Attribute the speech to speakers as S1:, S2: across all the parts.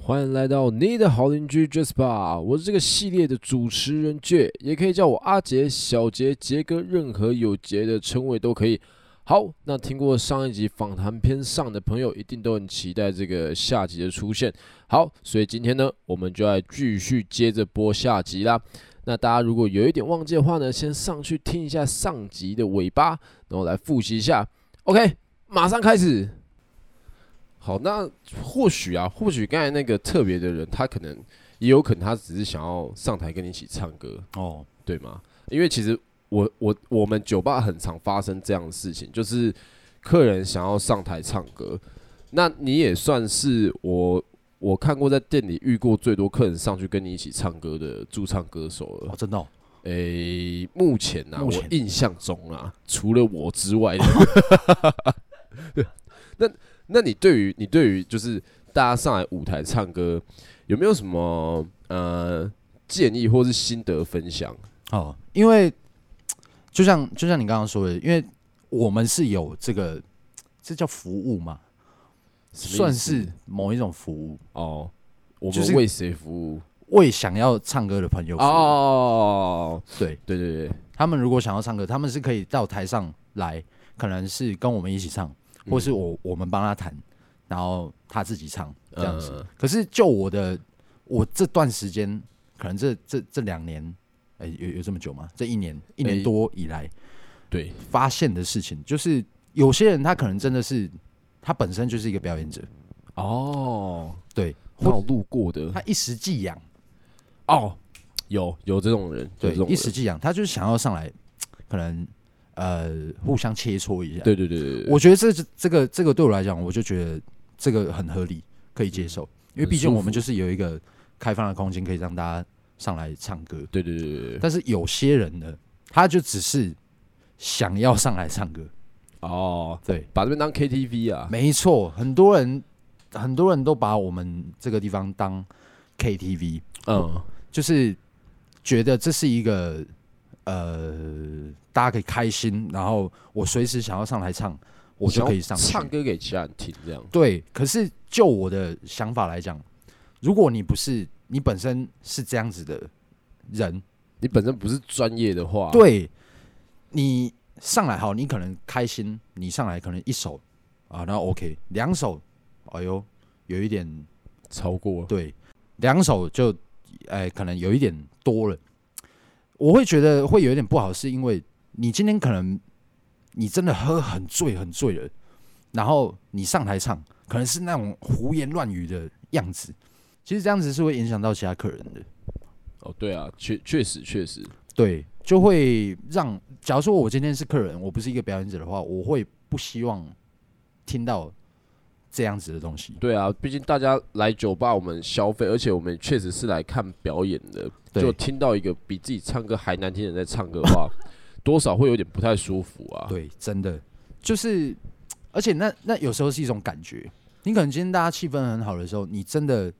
S1: 欢迎来到你的好邻居 Jasper，我是这个系列的主持人 J，也可以叫我阿杰、小杰、杰哥，任何有杰的称谓都可以。好，那听过上一集访谈篇上的朋友，一定都很期待这个下集的出现。好，所以今天呢，我们就来继续接着播下集啦。那大家如果有一点忘记的话呢，先上去听一下上集的尾巴，然后来复习一下。OK，马上开始。好，那或许啊，或许刚才那个特别的人，他可能也有可能他只是想要上台跟你一起唱歌，
S2: 哦，
S1: 对吗？因为其实我我我们酒吧很常发生这样的事情，就是客人想要上台唱歌，那你也算是我我看过在店里遇过最多客人上去跟你一起唱歌的驻唱歌手了
S2: 哦。真的、哦，
S1: 诶、目前啊，
S2: 目前
S1: 我印象中啊，除了我之外的，那那你对于你对于就是大家上来舞台唱歌，有没有什么呃建议或是心得分享？
S2: 哦，因为就像就像你刚刚说的，因为我们是有这个，这叫服务嘛，
S1: 什么意思
S2: 算是某一种服务，
S1: 哦，我
S2: 就是
S1: 们为谁服务？
S2: 为想要唱歌的朋友服务。
S1: 哦，
S2: 对
S1: 对对对，
S2: 他们如果想要唱歌，他们是可以到台上来，可能是跟我们一起唱，
S1: 嗯
S2: 或是我我们帮他弹，然后他自己唱这样子。
S1: 嗯
S2: 可是就我的，我这段时间，可能这这这两年，哎、有有这么久吗？这一年一
S1: 哎
S2: 年多以来，
S1: 对，
S2: 发现的事情，就是有些人他可能真的是他本身就是一个表演者，
S1: 哦，
S2: 对，
S1: 我
S2: 或
S1: 有路过的
S2: 他一时技痒，
S1: 哦，有有这种人，有
S2: 对
S1: 这，种
S2: 一
S1: 人
S2: 时技痒，他就是想要上来，可能呃互相切磋一下。
S1: 对对对对对，
S2: 我觉得这这个这个对我来讲，我就觉得这个很合理，可以接受，因为毕竟
S1: 很舒服
S2: 我们就是有一个开放的空间，可以让大家上来唱歌。
S1: 对对对对对，
S2: 但是有些人呢，他就只是想要上来唱歌，
S1: 哦，
S2: 对，
S1: 把这边当 KTV 啊，
S2: 没错，很多人很多人都把我们这个地方当 KTV，
S1: 嗯。
S2: 就是觉得这是一个呃，大家可以开心，然后我随时想要上来唱，我就可以上去
S1: 唱歌给其他人听，这样
S2: 对，可是就我的想法来讲，如果你不是你本身是这样子的人，
S1: 你本身不是专业的话，，
S2: 对你上来好，你可能开心，你上来可能一首啊，然后 OK，两首，哎呦，有一点
S1: 超过
S2: 对，两首就，哎、可能有一点多了。我会觉得会有一点不好，是因为你今天可能你真的喝很醉很醉了，然后你上台唱，可能是那种胡言乱语的样子。其实这样子是会影响到其他客人的，
S1: 哦，对啊，确确实确实，
S2: 对，就会让。假如说我今天是客人，我不是一个表演者的话，我会不希望听到这样子的东西。
S1: 对啊，毕竟大家来酒吧我们消费，而且我们确实是来看表演的，
S2: 对
S1: 就听到一个比自己唱歌还难听的人在唱歌的 话，多少会有点不太舒服啊。
S2: 对，真的就是，而且那那有时候是一种感觉。你可能今天大家气氛很好的时候，你真的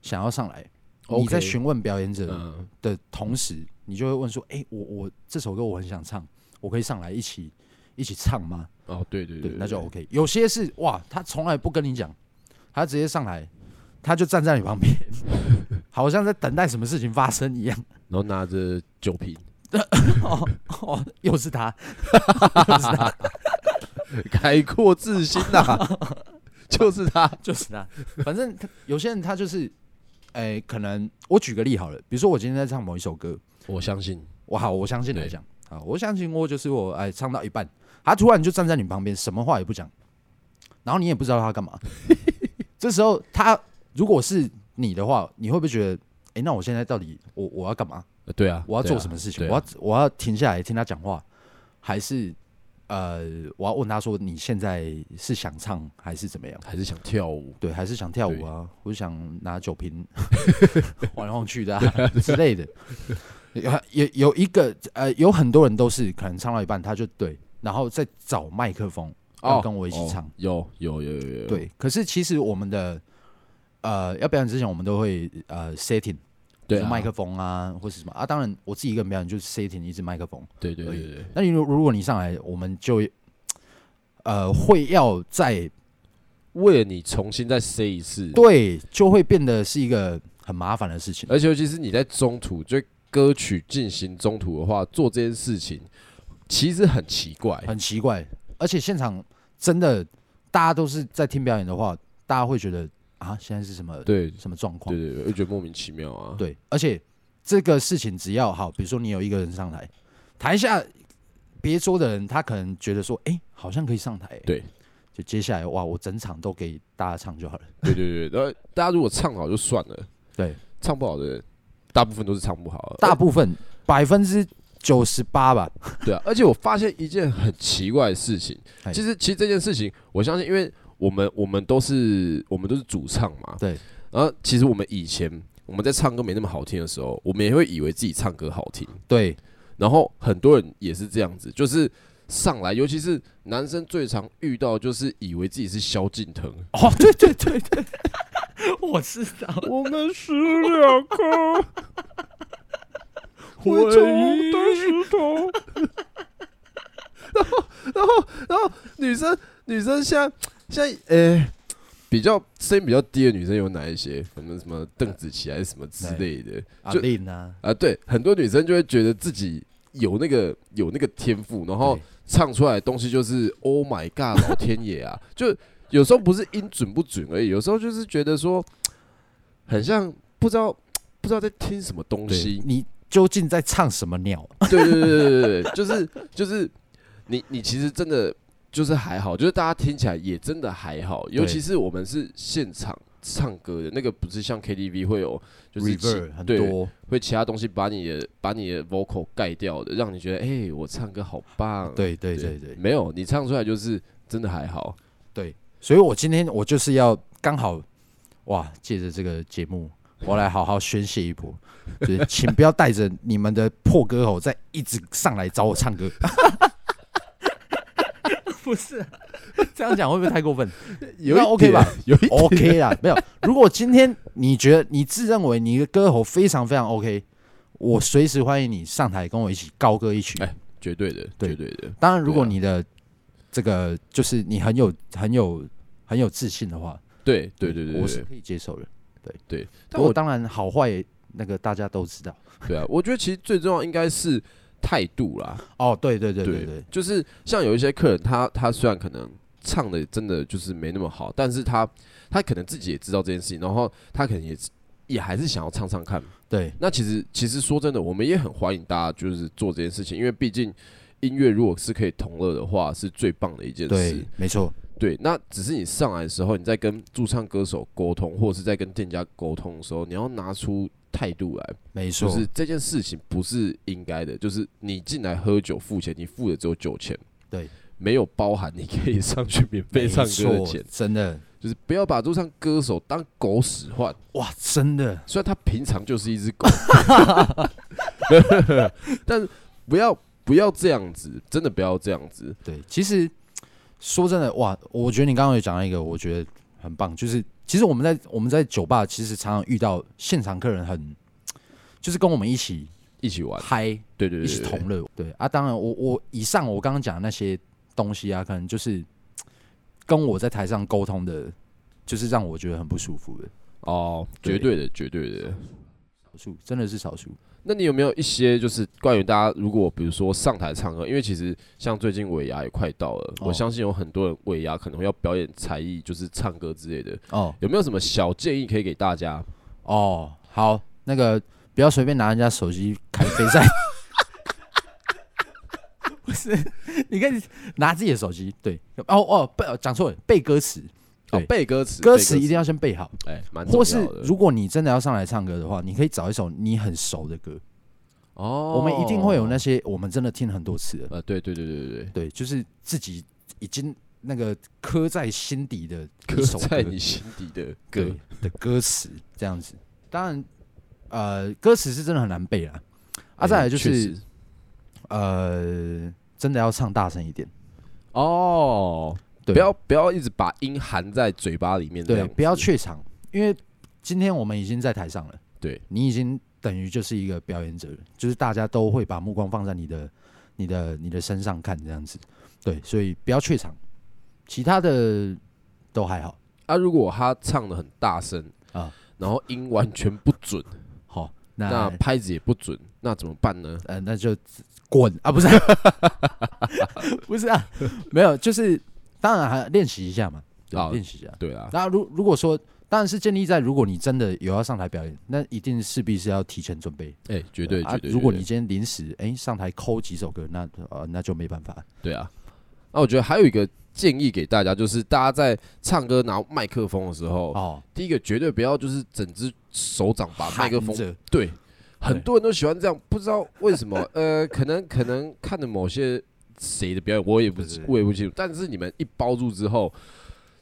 S2: 想要上来
S1: OK
S2: 你哦在询问表演者
S1: 嗯，
S2: 的同时，你就会问说：“哎、我我这首歌我很想唱，我可以上来一起一起唱吗
S1: 哦，对对？”
S2: 对，那就
S1: 对
S2: OK。有些是哇，他从来不跟你讲，他直接上来，他就站在你旁边， 好像在等待什么事情发生一样。
S1: 然后拿着酒瓶，
S2: 哦哦，又是他，
S1: 改过自新呐、 就是他，
S2: 就是他。反正他有些人他就是，哎、可能我举个例好了，比如说我今天在唱某一首歌，
S1: 我相信，
S2: 我好，我相信
S1: 对
S2: 来讲，好，我相信我就是我，哎、唱到一半，他突然就站在你旁边，什么话也不讲，然后你也不知道 他干嘛。这时候他如果是你的话，你会不会觉得，哎、那我现在到底我我要干嘛？
S1: 呃对啊，
S2: 我要
S1: 对
S2: 做
S1: 啊
S2: 什么事情？
S1: 对啊
S2: 我要我要停下来听他讲话，还是呃，我要问他说你现在是想唱还是怎么样？
S1: 还是想跳舞，
S2: 对，还是想跳
S1: 对
S2: 舞啊，我就想拿酒 瓶晃来晃去的、啊、之类的。有啊有有一个呃，有很多人都是可能唱到一半他就对，然后再找麦克风要跟我一起唱。
S1: 哦有有有
S2: 啊
S1: 有有，
S2: 对，可是其实我们的呃要表演之前，我们都会呃 setting，比
S1: 对
S2: 如说
S1: 啊
S2: 麦克风啊，或是什么啊。当然，我自己一个人表演就是 setting 一支麦克风。
S1: 对对对对对，
S2: 那你如如果你上来，我们就呃会要在
S1: 为了你重新再 say 一次，
S2: 对，就会变得是一个很麻烦的事情。
S1: 而且尤其是你在中途，就歌曲进行中途的话，做这件事情其实很奇怪。
S2: 很奇怪。而且现场真的大家都是在听表演的话，大家会觉得啊，现在是什么
S1: 对
S2: 什么状况
S1: 对？对对，我觉得莫名其妙啊。
S2: 对，而且这个事情只要好，比如说你有一个人上台，台下别桌的人他可能觉得说，哎、好像可以上台、
S1: 对，
S2: 就接下来哇，我整场都给大家唱就好了。
S1: 对对对，然后大家如果唱好就算了，
S2: 对，
S1: 唱不好的人大部分都是唱不好的。
S2: 大部分百分之九十八吧，
S1: 对啊，而且我发现一件很奇怪的事情，
S2: 哎
S1: 其实其实这件事情，我相信，因为我们我们都是我们都是主唱嘛，
S2: 对。
S1: 然后其实我们以前我们在唱歌没那么好听的时候，我们也会以为自己唱歌好听，
S2: 对
S1: 然后很多人也是这样子，就是上来，尤其是男生最常遇到就是以为自己是萧敬腾，
S2: 哦，对对对对， 我知道，
S1: 我们是两 颗
S2: 混成的
S1: 石头。然后， 然后，然后，女生，女生现在现在，呃、比较声音比较低的女生有哪一些？可能什么邓紫棋还是什么之类的
S2: 阿
S1: 就
S2: 令啊，
S1: 啊？对，很多女生就会觉得自己有那个有那个天赋，然后
S2: 对
S1: 唱出来的东西就是 Oh my God，老天爷啊！ 就有时候不是音准不准而已，有时候就是觉得说，很像不知道不知道在听什么东
S2: 对
S1: 西。
S2: 你究竟在唱什么鸟？啊
S1: 对对对对对对对， 就是就是你你其实真的就是还好，就是大家听起来也真的还好，尤其是我们是现场唱歌的那个，不是像 KTV 会有就是其
S2: reverb 很
S1: 对
S2: 多，
S1: 会其他东西把你的把你的 vocal 盖掉的，让你觉得哎、我唱歌好棒。啊
S2: 对对对对
S1: 没有你唱出来就是真的还好。
S2: 对，所以我今天我就是要刚好哇，借着这个节目，我来好好宣泄一波，就是请不要带着你们的破歌喉再一直上来找我唱歌。 不是、啊这样讲会不会太过分
S1: 有
S2: 呃那
S1: 一
S2: OK 吧
S1: 点？ 有一
S2: ？OK 啦，没有。如果今天你觉得你自认为你的歌喉非常非常 OK，我随时欢迎你上台跟我一起高歌一曲。
S1: 哎绝对的，
S2: 对
S1: 绝对的，
S2: 当然，如果
S1: 对啊
S2: 你的这个就是你很有很有很有自信的话，
S1: 对对对对
S2: 我
S1: 对
S2: 是
S1: 对
S2: 可以接受的。
S1: 对。
S2: 但
S1: 但
S2: 我
S1: 我
S2: 当然好坏那个大家都知道。
S1: 对啊，我觉得其实最重要应该是态度啦。
S2: 哦，对对对对对，
S1: 就是像有一些客人他，他虽然可能唱的真的就是没那么好，但是他他可能自己也知道这件事情，然后他可能也也还是想要唱唱看。
S2: 对
S1: 那其实其实说真的，我们也很欢迎大家就是做这件事情，因为毕竟音乐如果是可以同乐的话，是最棒的一件事
S2: 对。，没错，
S1: 对，那只是你上来的时候，你在跟驻唱歌手沟通，或者是在跟店家沟通的时候，你要拿出态度来，
S2: 没
S1: 就
S2: 错，
S1: 是这件事情不是应该的，就是你进来喝酒付钱，你付的只有酒钱，
S2: 对，
S1: 没有包含你可以上去免费唱歌的
S2: 没错
S1: 钱，
S2: 真的
S1: 就是不要把驻唱歌手当狗使唤，
S2: 哇，真的
S1: 虽然他平常就是一只 狗，但是不要不要这样子，真的不要这样子，
S2: 对。其实说真的，哇，我觉得你刚刚有讲到一个，我觉得很棒，就是其实我们在我们在酒吧其实常常遇到现场客人很，就是跟我们一起
S1: 一起玩，
S2: 嗨，
S1: 对对对
S2: 一起
S1: 对
S2: 同
S1: 对，
S2: 乐。对啊，当然我我以上我刚刚讲的那些东西啊，可能就是跟我在台上沟通的，就是让我觉得很不舒服的
S1: 哦，
S2: 对
S1: 绝对的，绝对的。
S2: 少数，真的是少数。
S1: 那你有没有一些就是关于大家如果比如说上台唱歌，因为其实像最近尾牙也快到了，
S2: 哦
S1: 我相信有很多人尾牙可能要表演才艺，就是唱歌之类的，
S2: 哦
S1: 有没有什么小建议可以给大家？
S2: 哦，好，那个不要随便拿人家手机开飞赛。 不是，你可以拿自己的手机，对，哦哦，背讲错了，背歌词，
S1: 哦
S2: 对，
S1: 背歌词，
S2: 歌词一定要先背好，
S1: 哎，蛮重
S2: 或是
S1: 要的。
S2: 如果你真的要上来唱歌的话，你可以找一首你很熟的歌，
S1: 哦
S2: 我们一定会有那些我们真的听很多次的，
S1: 呃，对对对对对
S2: 对，就是自己已经那个刻在心底的
S1: 对，
S2: 一
S1: 刻
S2: 首歌
S1: 在你心底的歌
S2: 对。的歌词这样子。当然，呃，歌词是真的很难背啦。啊，
S1: 哎
S2: 再来就
S1: 确
S2: 是
S1: 实
S2: 呃，真的要唱大声一点，
S1: 哦，
S2: 对
S1: 不要不要一直把音含在嘴巴里面这
S2: 对，啊
S1: 样子，
S2: 不要怯场，因为今天我们已经在台上了，
S1: 对
S2: 你已经等于就是一个表演者了，就是大家都会把目光放在你的、你的、你的身上看这样子。对，所以不要怯场，其他的都还好。
S1: 啊，如果他唱的很大声
S2: 啊
S1: 啊，然后音完全不准，
S2: 好，
S1: 那
S2: 那
S1: 拍子也不准，那怎么办呢？
S2: 呃，那就滚啊！不是， 不是啊，没有，就是当然还练习一下嘛，对
S1: 啊
S2: 练习一下。
S1: 对啊，
S2: 那如如果说，当然是建立在如果你真的有要上台表演，那一定势必是要提前准备。
S1: 哎，绝对
S2: 啊
S1: 绝对。，
S2: 如果
S1: 绝对
S2: 你今天临时哎、上台抠几首歌，那呃那就没办法。
S1: 对啊，那我觉得还有一个建议给大家，就是大家在唱歌拿麦克风的时候，
S2: 哦，
S1: 第一个绝对不要就是整只手掌把麦克
S2: 含
S1: 风
S2: 着
S1: 对，很多人都喜欢这样，不知道为什么。呃，可能可能看的某些谁的表演，我也不知
S2: 对对对
S1: 我也不清楚。但是你们一包住之后，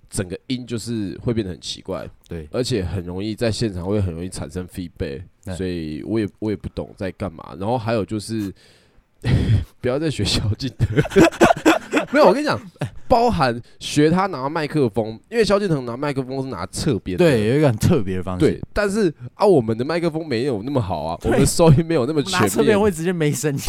S1: 整个音就是会变得很奇怪，
S2: 对，
S1: 而且很容易在现场会很容易产生 feedback，
S2: 对
S1: 所以我也我也不懂在干嘛。然后还有就是。 不要再学萧敬 腾，没有，我跟你讲，包含学他拿麦克风，因为萧敬腾拿麦克风是拿侧边的，
S2: 对，有一个很特别的方式。
S1: 对，，但是啊，我们的麦克风没有那么好啊，我
S2: 对
S1: 们收音没有那么
S2: 拿侧
S1: 全
S2: 边
S1: 面，
S2: 会直接没声音，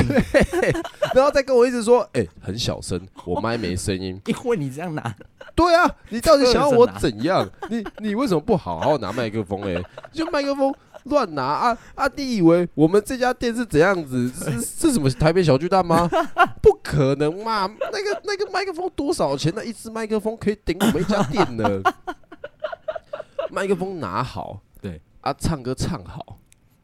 S1: 然后再跟我一直说，哎、很小声，我麦没声音。
S2: 因为你这样拿，
S1: 对啊，你到底想要我
S2: 特色
S1: 怎 样？你你为什么不好好拿麦克风、欸？ 就麦克风乱拿啊啊！你以为我们这家店是怎样子？是是什么台北小巨蛋吗？ 不可能嘛！那个那个麦克风多少钱？那一支麦克风可以顶我们一家店 呢。麦克风拿好，
S2: 对
S1: 啊，唱歌唱好，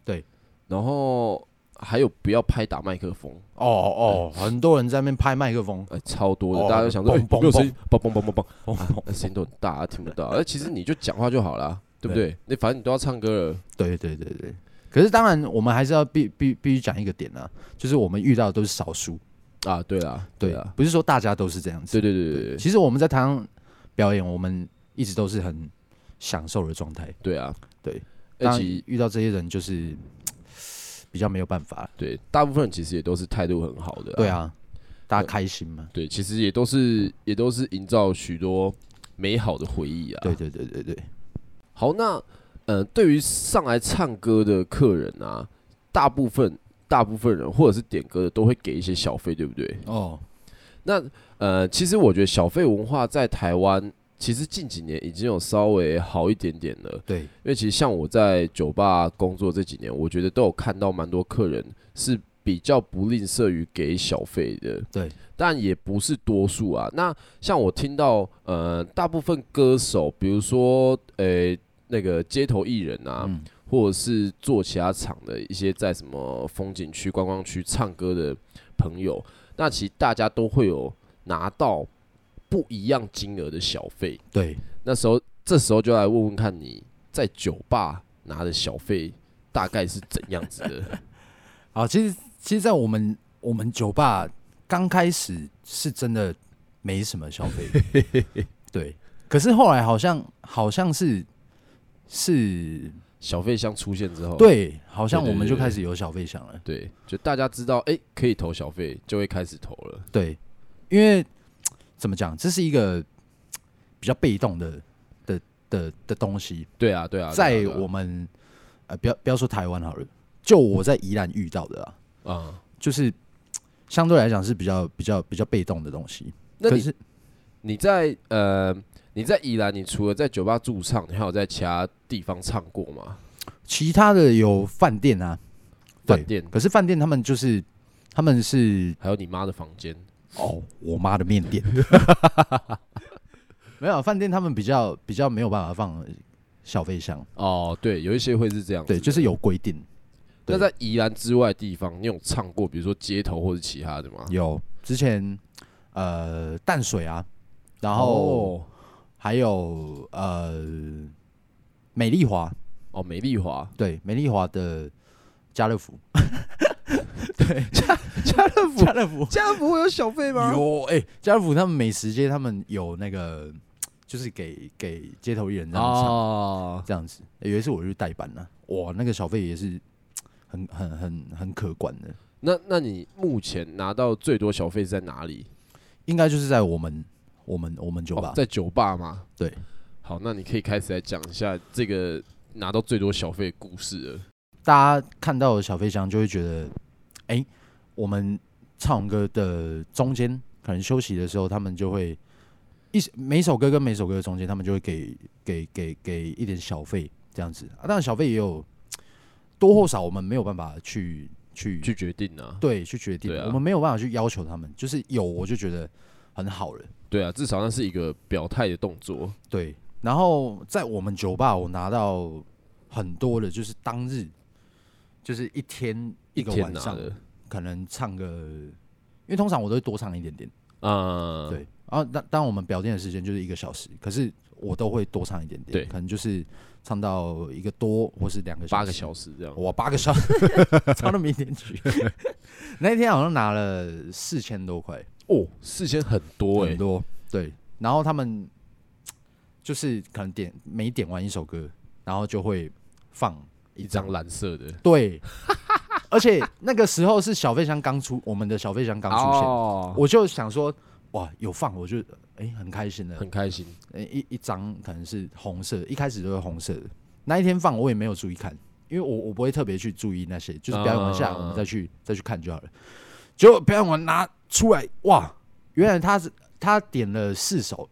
S2: 对，
S1: 然后还有不要拍打麦克风，
S2: 哦哦，很多人在那边拍麦克风，
S1: 呃，超多的，
S2: 哦
S1: 大家都想说，哎
S2: 嘣嘣
S1: 没有声音，嘣嘣嘣嘣嘣。
S2: 哦
S1: 啊，那声音都很大，听不到。那哎其实你就讲话就好啦，对不
S2: 对
S1: 对？你反正你都要唱歌了，
S2: 对对对对。可是当然，我们还是要必必必须讲一个点啊，就是我们遇到的都是少数，
S1: 啊，对啦，
S2: 对
S1: 啊，，
S2: 不是说大家都是这样子。
S1: 对对对对对
S2: 其实我们在台上表演，我们一直都是很享受的状态。
S1: 对啊，
S2: 对。
S1: 而
S2: 当
S1: 且
S2: 然遇到这些人，就是比较没有办法。
S1: 对，大部分人其实也都是态度很好的。
S2: 对，啊，大家开心嘛。
S1: 对，其实也都是也都是营造许多美好的回忆啊。
S2: 对，对对对对，
S1: 好，那呃，对于上来唱歌的客人啊，大部分大部分人或者是点歌的都会给一些小费，对不对？
S2: 哦，
S1: 那呃，其实我觉得小费文化在台湾其实近几年已经有稍微好一点点了。
S2: 对，
S1: 因为其实像我在酒吧工作这几年，我觉得都有看到蛮多客人是比较不吝啬于给小费的，
S2: 对，
S1: 但也不是多数啊。那像我听到呃，大部分歌手，比如说呃那个街头艺人啊，
S2: 嗯，
S1: 或者是做其他场的一些在什么风景区、观光区唱歌的朋友，那其实大家都会有拿到不一样金额的小费。
S2: 对，
S1: 那时候这时候就来问问看你在酒吧拿的小费大概是怎样子的？
S2: 好，其实其实，在我们我们酒吧刚开始是真的没什么消费， 对。可是后来好像好像是是，
S1: 小费箱出现之后，
S2: 对，好像
S1: 哦对对
S2: 我们就
S1: 对对
S2: 开始有小费想了，
S1: 对，就大家知道哎、诶可以投小费，就会开始投了。
S2: 对，因为怎么讲，这是一个比较被动的的的的东西，
S1: 对啊，对啊，
S2: 在
S1: 对啊对啊
S2: 我们呃，不要不要说台湾好了，就我在宜兰遇到的啊，
S1: 啊、
S2: 就是相对来讲是比较比较比较被动的东西。
S1: 那
S2: 可
S1: 你
S2: 是
S1: 你在呃你在宜兰，你除了在酒吧驻唱，你还有在其他地方唱过吗？
S2: 其他的有饭店啊，对
S1: 饭店，
S2: 可是饭店他们就是他们是
S1: 还有你妈的房间
S2: 哦，我妈的面店， 没有饭店他们比较比较没有办法放小费箱，
S1: 哦，对，有一些会是这样子
S2: 对，
S1: 的
S2: 就是。有规定，
S1: 那
S2: 对
S1: 在宜兰之外的地方，你有唱过，比如说街头或者其他的吗？
S2: 有之前呃淡水啊，然后
S1: 哦
S2: 还有呃美丽华，
S1: 哦，美丽华，
S2: 对美丽华的家乐福，
S1: 家乐福
S2: 家乐福
S1: 家乐福会有小费吗？
S2: 有哎、家乐福他们美食街他们有那个就是给给街头艺人这样子唱。
S1: 哦，
S2: 这样子。欸有一次我去代班呢、哇，那个小费也是很很很很可观的，
S1: 那那你目前拿到最多小费是在哪里？
S2: 应该就是在我们我们我们酒吧。
S1: 哦在酒吧吗？
S2: 对，
S1: 好，那你可以开始来讲一下这个拿到最多小费的故事了。
S2: 大家看到小飞翔就会觉得，哎、我们唱完歌的中间可能休息的时候，他们就会一每首歌跟每首歌的中间，他们就会给给给给一点小费这样子。啊，当然小费也有多或少，我们没有办法去去
S1: 去决定啊。
S2: 对去决定，
S1: 对啊
S2: 我们没有办法去要求他们，就是有我就觉得很好了。
S1: 对啊，至少那是一个表态的动作。
S2: 对，然后在我们酒吧，我拿到很多的，就是当日，就是一天一个
S1: 天
S2: 晚
S1: 拿
S2: 上，
S1: 的
S2: 可能唱个，因为通常我都会多唱一点点，
S1: 啊，
S2: 对。然后当当我们表演的时间就是一个小时，可是我都会多唱一点点，
S1: 对
S2: 可能就是唱到一个多或是两个
S1: 啊八个小
S2: 时，哦
S1: 时这样。
S2: 我八个小时 唱到明天去。 那一天好像拿了四千多块，
S1: 哦，事先很多哎、
S2: 很多对。然后他们就是可能点每点完一首歌，然后就会放
S1: 一张蓝色的
S2: 对，而且那个时候是小飞箱刚出，我们的小飞箱刚出现，
S1: 哦，
S2: 我就想说哇有放，我就哎、很开心的，
S1: 很开心。
S2: 哎一一张可能是红色，一开始都是红色的。那一天放我也没有注意看，因为我我不会特别去注意那些，就是表演完下来
S1: 啊
S2: 我们再去再去看就好了。结果表演完拿出来，哇，原来他是他点了四首，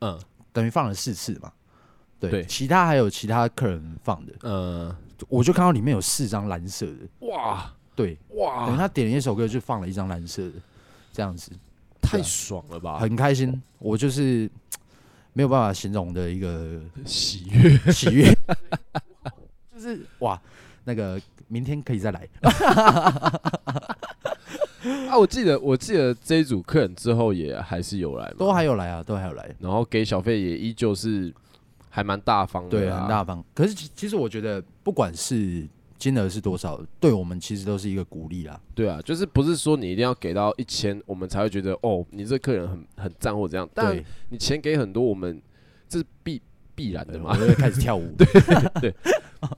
S1: 嗯
S2: 等于放了四次嘛。对，
S1: 对
S2: 其他还有其他客人放的，
S1: 呃，
S2: 我就看到里面有四张蓝色的，
S1: 哇
S2: 对，等于
S1: 哇，
S2: 他点了一首歌就放了一张蓝色的，这样子
S1: 太爽了吧！
S2: 很开心，我就是嘖没有办法形容的一个
S1: 喜悦，
S2: 喜悦，就是哇，那个明天可以再来，
S1: 啊，我记得我记得这一组客人之后也还是有来嘛，
S2: 都还有来啊，都还有来，
S1: 然后给小费也依旧是还蛮大方的，
S2: 对，很大，方。可是其其实我觉得，不管是金额是多少，对我们其实都是一个鼓励啦。
S1: 对啊，就是不是说你一定要给到一千，我们才会觉得哦，你这客人很很赞或怎样，但
S2: 对，
S1: 你钱给很多，我们这是必必然的
S2: 对啊
S1: 嘛
S2: 我，就会开始跳舞。对，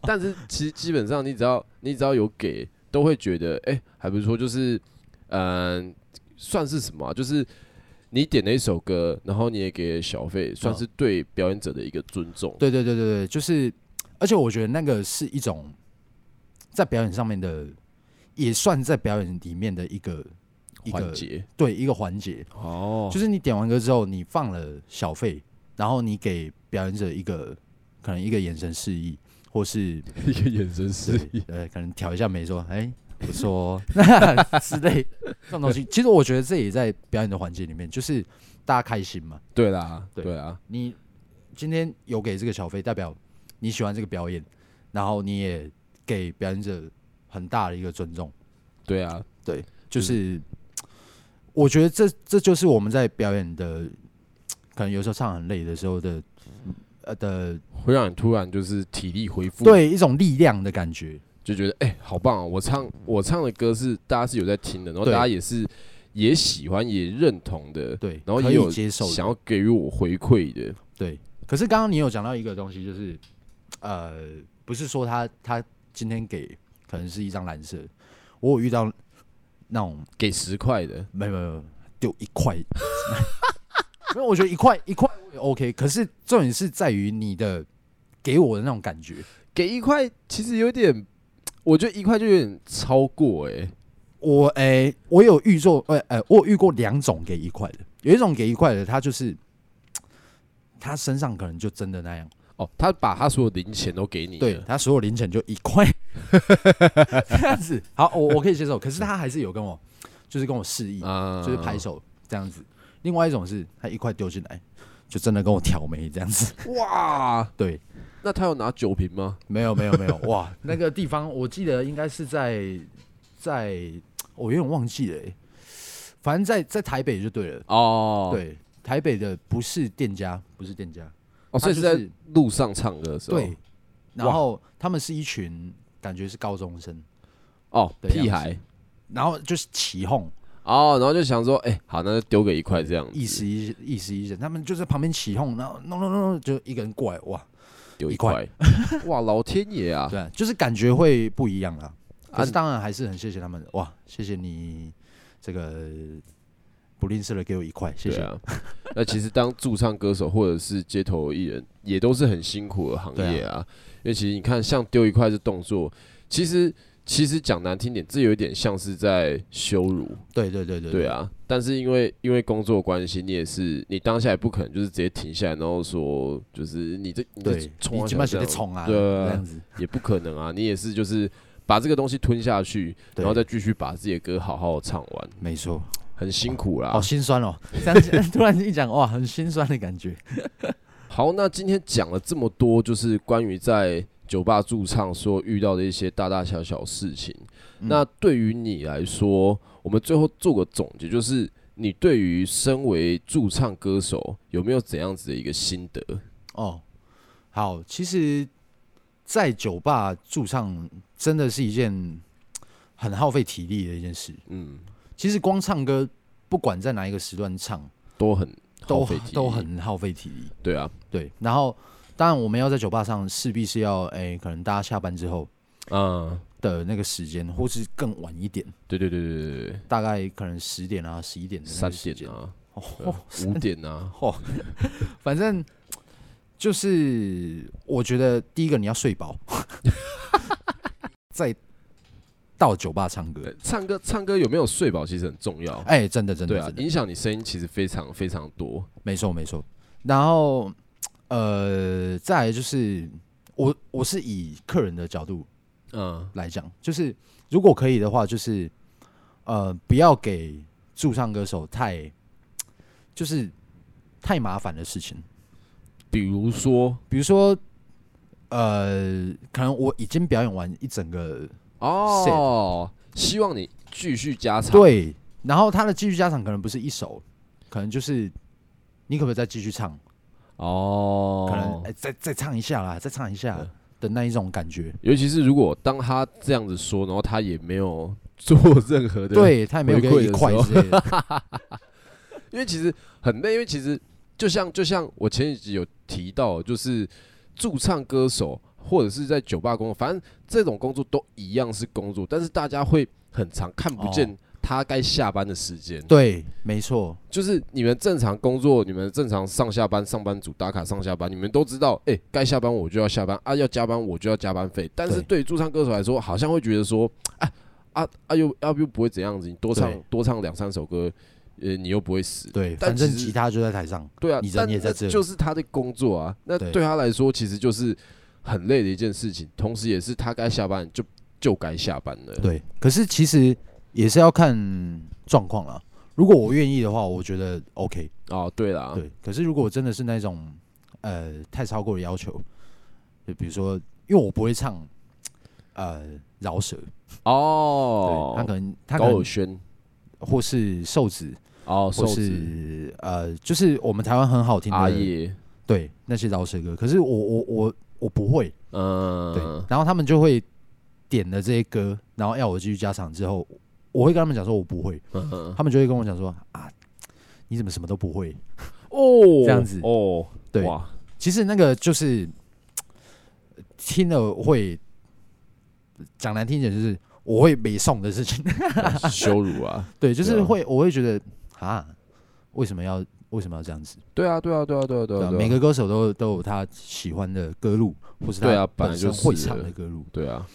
S1: 但是其实基本上你只要你只要有给，都会觉得哎、还不错，就是嗯、算是什么啊、就是你点了一首歌，然后你也给了小费，算是对表演者的一个尊重。
S2: 对，对，对，对，对，就是，而且我觉得那个是一种在表演上面的，也算在表演里面的一个一
S1: 环
S2: 个
S1: 节
S2: 对一个环节。
S1: 哦
S2: 就是你点完歌之后，你放了小费，然后你给表演者一个可能一个眼神示意，或是
S1: 一个眼神示意，
S2: 呃可能挑一下眉说，哎、不错、 哦，那之类这种东西。其实我觉得这也在表演的环节里面，就是大家开心嘛。
S1: 对啦，
S2: 对
S1: 对啊，
S2: 你今天有给这个小费，代表你喜欢这个表演，然后你也给表演者很大的一个尊重。
S1: 对啊，
S2: 就是、我觉得这这就是我们在表演的，可能有时候唱很累的时候的，呃的
S1: 会让你突然就是体力恢复，，
S2: 对一啊种力量的感觉。
S1: 就觉得哎、好棒、哦！我唱我唱的歌是大家是有在听的，然后
S2: 对
S1: 大家也是也喜欢也认同的，
S2: 对，
S1: 然后
S2: 可
S1: 也有
S2: 以接受的
S1: 想要给予我回馈的，
S2: 对。可是刚刚你有讲到一个东西，就是呃，不是说他他今天给可能是一张蓝色，我有遇到那种
S1: 给十块的，
S2: 没有没有没有丢一块， 没有，我觉得一块一块我也 OK。可是重点是在于你的给我的那种感觉。
S1: 给一块其实有点，我觉得一块就有点超过哎、
S2: 我诶、我有遇做，呃呃，我有遇过两种给一块的，有一种给一块的，他就是他身上可能就真的那样，
S1: 哦，他把他所有零钱都给你
S2: 对
S1: 了，
S2: 他所有零钱就一 块这样子。好，我我可以接受，可是他还是有跟我，就是跟我示意，
S1: 啊
S2: 就是拍手这样子。另外一种是他一块丢进来，就真的跟我挑眉这样子。
S1: 哇，
S2: 对，
S1: 那他有拿酒瓶吗？
S2: 没有没有没 有，哇，那个地方我记得应该是在在，我有点忘记了、欸，反正在在台北就对了。
S1: 哦，，
S2: 对，台北的不是店家，不是店家，
S1: 哦，所以
S2: 他
S1: 是
S2: 就
S1: 在
S2: 是
S1: 路上唱歌的时候，
S2: 对，。然后他们是一群感觉是高中生，
S1: 哦，
S2: 的
S1: 屁
S2: 样子
S1: 孩，
S2: 然后就是起哄，
S1: 哦，然后就想说，哎、好，那就丢个一块这样子，
S2: 意思意意思意思，他们就在旁边起哄，然后弄弄弄弄，就一个人过来，哇，
S1: 丢一
S2: 一
S1: 块
S2: 块，
S1: 哇，老天爷啊！
S2: 对啊，就是感觉会不一样啦。
S1: 啊
S2: 可是当然还是很谢谢他们，哇，谢谢你这个不吝啬的给我一块，谢
S1: 对
S2: 谢。
S1: 啊， 那其实当驻唱歌手或者是街
S2: 啊
S1: 头艺人，也都是很辛苦的行业啊。因为其实你看，像丢一块这动作，其实其实讲难听点，这有一点像是在羞辱，
S2: 对对对对
S1: 对，啊。但是因为因为工作关系，你也是你当下也不可能就是直接停下来，然后说就是你这你这
S2: 对，
S1: 冲啊
S2: 你基本
S1: 小将
S2: 上得冲啊，
S1: 对啊
S2: 这样子，
S1: 也不可能啊，你也是就是把这个东西吞下去，
S2: 对
S1: 然后再继续把自己的歌好好唱完，
S2: 没错，
S1: 很辛苦啦。
S2: 好心酸哦，这样子 突然一讲，哇，很心酸的感觉，
S1: 好，那今天讲了这么多，就是关于在酒吧驻唱所遇到的一些大大小小事情。
S2: 嗯
S1: 那对于你来说，我们最后做个总结，就是你对于身为驻唱歌手有没有怎样子的一个心得？
S2: 哦，好，其实，在酒吧驻唱真的是一件很耗费体力的一件事。
S1: 嗯，
S2: 其实光唱歌，不管在哪一个时段唱，
S1: 都很耗
S2: 都
S1: 费体力
S2: 都很耗费体力。
S1: 对啊，
S2: 对，然后当然我们要在酒吧上，势必是要哎、可能大家下班之后
S1: 嗯，
S2: 的那个时间，或是更晚一点，
S1: 对对对对对对对，
S2: 大概可能十点啊、十一点的那
S1: 三
S2: 个时
S1: 点
S2: 间。
S1: 啊，
S2: 哦，
S1: 五点啊，
S2: 哦，反正就是我觉得第一个你要 睡饱，再到酒吧唱歌
S1: 对。唱歌唱歌有没有睡饱其实很重要。
S2: 哎、真的真的
S1: 对啊
S2: 真，的，
S1: 影响你声音其实非常非常多。
S2: 没错没错。然后呃，再来就是我我是以客人的角度
S1: 嗯，
S2: 来讲，就是如果可以的话，就是呃不要给驻唱歌手太就是太麻烦的事情。
S1: 比如说
S2: 比如说，呃，可能我已经表演完一整个
S1: 哦，希望你继续加长。
S2: 对，然后他的继续加场可能不是一首，可能就是你可不可以再继续唱？
S1: 哦，
S2: 可能、哎再再唱一下啦，再唱一下
S1: 对
S2: 的那一种感觉。
S1: 尤其是如果当他这样子说，然后他也没有做任何的，，
S2: 对他也没有给
S1: 回馈
S2: 你一
S1: 的
S2: 块
S1: 时候
S2: 之类的，
S1: 因为其实很累，因为其实就像就像我前几集有提到，就是驻唱歌手或者是在酒吧工作，反正这种工作都一样是工作，但是大家会很常看不
S2: 哦
S1: 见他该下班的时间。
S2: 对，没错，
S1: 就是你们正常工作，你们正常上下班，上班族打卡上下班，你们都知道，哎、该下班我就要下班啊，要加班我就要加班费。但是对于驻唱歌手来说，好像会觉得说，啊啊啊又啊又不会怎样子，你多唱
S2: 对
S1: 多唱两三首歌，呃，你又不会死。
S2: 对，
S1: 但
S2: 反正
S1: 其实
S2: 吉他就在台上，
S1: 对啊
S2: 你，人
S1: 但
S2: 也在
S1: 那
S2: 这
S1: 就是他的工作啊。那
S2: 对
S1: 对他来说，其实就是很累的一件事情，同时也是他该下班就就该下班了。
S2: 对。可是其实也是要看状况啦。如果我愿意的话，我觉得 OK。
S1: 哦，对啦，
S2: 对，可是如果真的是那种呃太超过了要求，就比如说，因为我不会唱呃饶舌，
S1: 哦
S2: 对，他可能他可
S1: 高尔
S2: 能
S1: 宣，
S2: 或是瘦子，
S1: 哦，瘦
S2: 或
S1: 子
S2: 是呃，就是我们台湾很好听
S1: 阿
S2: 的，
S1: 叶，
S2: 对那些饶舌歌，可是我我我我不会，
S1: 嗯，
S2: 对，然后他们就会点了这些歌，然后要我继续加场之后，我会跟他们讲说我不会，
S1: 嗯嗯
S2: 他们就会跟我讲说啊，你怎么什么都不会？
S1: 哦，
S2: 这样子
S1: 哦，
S2: 对，
S1: 哇，
S2: 其实那个就是呃听了会讲难听一点，就是我会北送的事情。
S1: 羞辱啊！
S2: 对，就是
S1: 对啊
S2: 会，我会觉得啊，为什么要为什么要这样子？
S1: 对啊，对啊，对啊，对啊，对啊，
S2: 每个歌手都都有他喜欢的歌路，或是
S1: 对啊
S2: 他
S1: 本来
S2: 本身
S1: 就是
S2: 会唱的歌路。
S1: 对啊，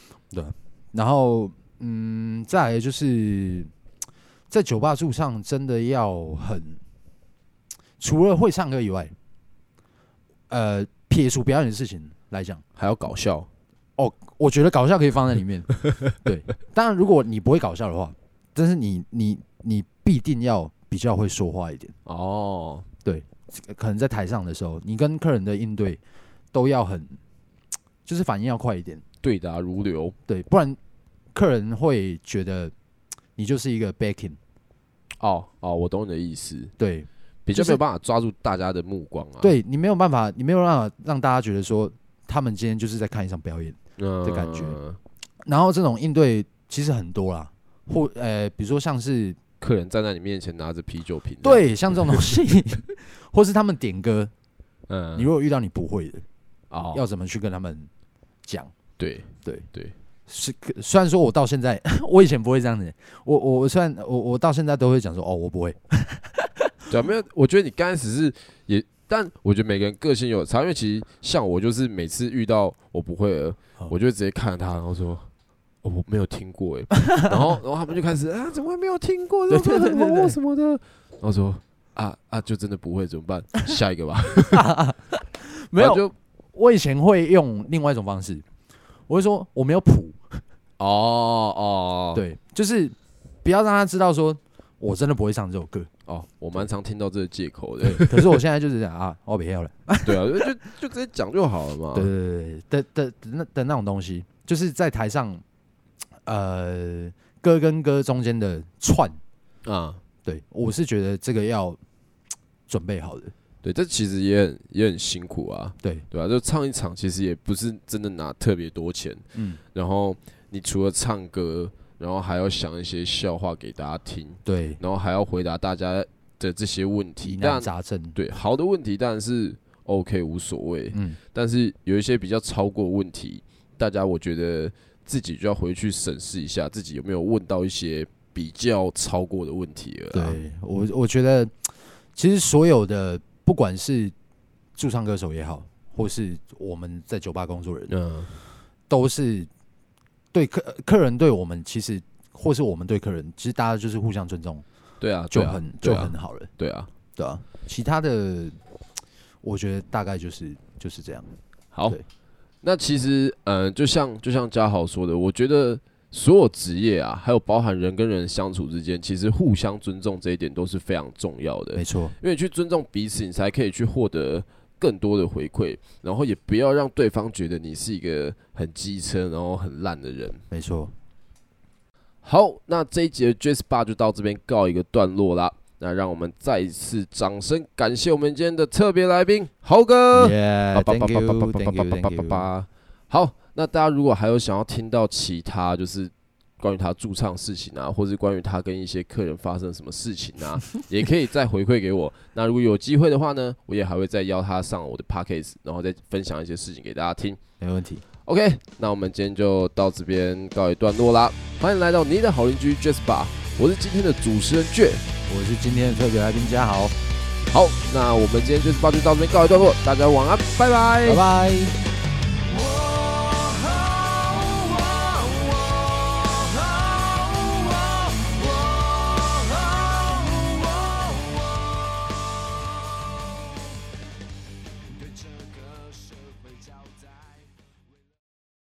S2: 然后，嗯，再来就是在酒吧驻唱，真的要很除了会唱歌以外，呃，撇除表演的事情来讲。
S1: 还要搞笑，
S2: 我觉得搞笑可以放在里面。对，当然如果你不会搞笑的话，但是你你你必定要比较会说话一点。
S1: 哦，
S2: 可能在台上的时候，你跟客人的应对都要很，就是反应要快一点。
S1: 对答如流
S2: 对，不然客人会觉得你就是一个 backing。
S1: 哦哦，我懂你的意思，
S2: 对，
S1: 比较
S2: 就是
S1: 没有办法抓住大家的目光啊，
S2: 对你没有办法，你没有办法让大家觉得说他们今天就是在看一场表演。
S1: 嗯
S2: 的感觉然后这种应对其实很多啦，或呃，比如说像是
S1: 客人站在你面前拿着啤酒瓶，，
S2: 对，像这种东西，或是他们点歌，
S1: 嗯，
S2: 你如果遇到你不会的，
S1: 哦，
S2: 要怎么去跟他们讲？
S1: 对
S2: 对
S1: 对，
S2: 是可虽然说我到现在， 我以前不会这样子，我我我虽然我我到现在都会讲说哦我不会，
S1: 对啊，没有，我觉得你刚开始是也，但我觉得每个人个性有差，因为其实像我就是每次遇到我不会的
S2: 哦，
S1: 我就直接看着他，然后说哦，我没有听过 哎，然后然后他们就开始啊，怎么会没有听过？这个
S2: 对对
S1: 很
S2: 对对
S1: 红
S2: 对
S1: 什么的，然后说啊啊，就真的不会怎么 办？下一个吧，
S2: 没
S1: 然后
S2: 有，
S1: 就
S2: 我以前会用另外一种方式，我会说我没有谱，
S1: 哦哦，
S2: 对，就是不要让他知道说我真的不会唱这首 歌。
S1: 哦，我蛮常听到这个借口的
S2: 对，，可是我现在就是这样啊，我不要了。
S1: 对啊，就就就直接讲就好了嘛，
S2: 对对对对的的那的那种东西，就是在台上，呃，歌跟歌中间的串，
S1: 啊，
S2: 对我是觉得这个要准备好的。
S1: 对，这其实也很也很辛苦啊，
S2: 对，
S1: 对啊，就唱一场其实也不是真的拿特别多钱，
S2: 嗯，
S1: 然后你除了唱歌，然后还要想一些笑话给大家听，
S2: 对，
S1: 然后还要回答大家的这些问
S2: 疑
S1: 题。
S2: 难
S1: 但
S2: 杂症，
S1: 对好的问题当然是 OK 无所谓，
S2: 嗯，
S1: 但是有一些比较超过的问题，大家我觉得自己就要回去审视一下自己有没有问到一些比较超过的问题了啊。
S2: 对我我觉得其实所有的不管是驻唱歌手也好，或是我们在酒吧工作人，
S1: 嗯，
S2: 都是对客客人对我们其实。或是我们对客人，其实大家就是互相尊重，
S1: 对啊，
S2: 就
S1: 对啊
S2: 很、
S1: 对
S2: 就
S1: 啊
S2: 很好了。
S1: 对啊。
S2: 对啊，其他的我觉得大概就是就是这样。
S1: 好
S2: 对，
S1: 那其实嗯、呃就像就像嘉豪说的，我觉得所有职业啊，还有包含人跟人相处之间，其实互相尊重这一点都是非常重要的。
S2: 没错，
S1: 因为你去尊重彼此，你才可以去获得更多的回馈，然后也不要让对方觉得你是一个很机车，然后很烂的人。
S2: 没错。
S1: 好，那这一集的 Jazz Bar 就到这边告一个段落啦。那让我们再一次掌声感谢我们今天的特别来宾豪哥。
S2: Yeah,
S1: 啊叭 叭叭
S2: 哎 thank
S1: 叭叭叭
S2: you, thank
S1: 叭
S2: you,
S1: 叭叭
S2: thank
S1: 叭
S2: you.
S1: 叭。好，那大家如果还有想要听到其他就是关于他驻唱的事情啊，或是关于他跟一些客人发生什么事情 啊，也可以再回馈给我。那如果有机会的话呢，我也还会再邀他上我的 podcast，然后再分享一些事情给大家听。
S2: 没问题。
S1: OK，那我们今天就到这边告一段落啦。欢迎来到你的好邻居 Jasper，我是今天的主持人倔。
S2: 我是今天的特别来宾嘉豪，
S1: 好，那我们今天 Jasper 就到这边告一段落，大家晚安，拜拜
S2: 拜拜。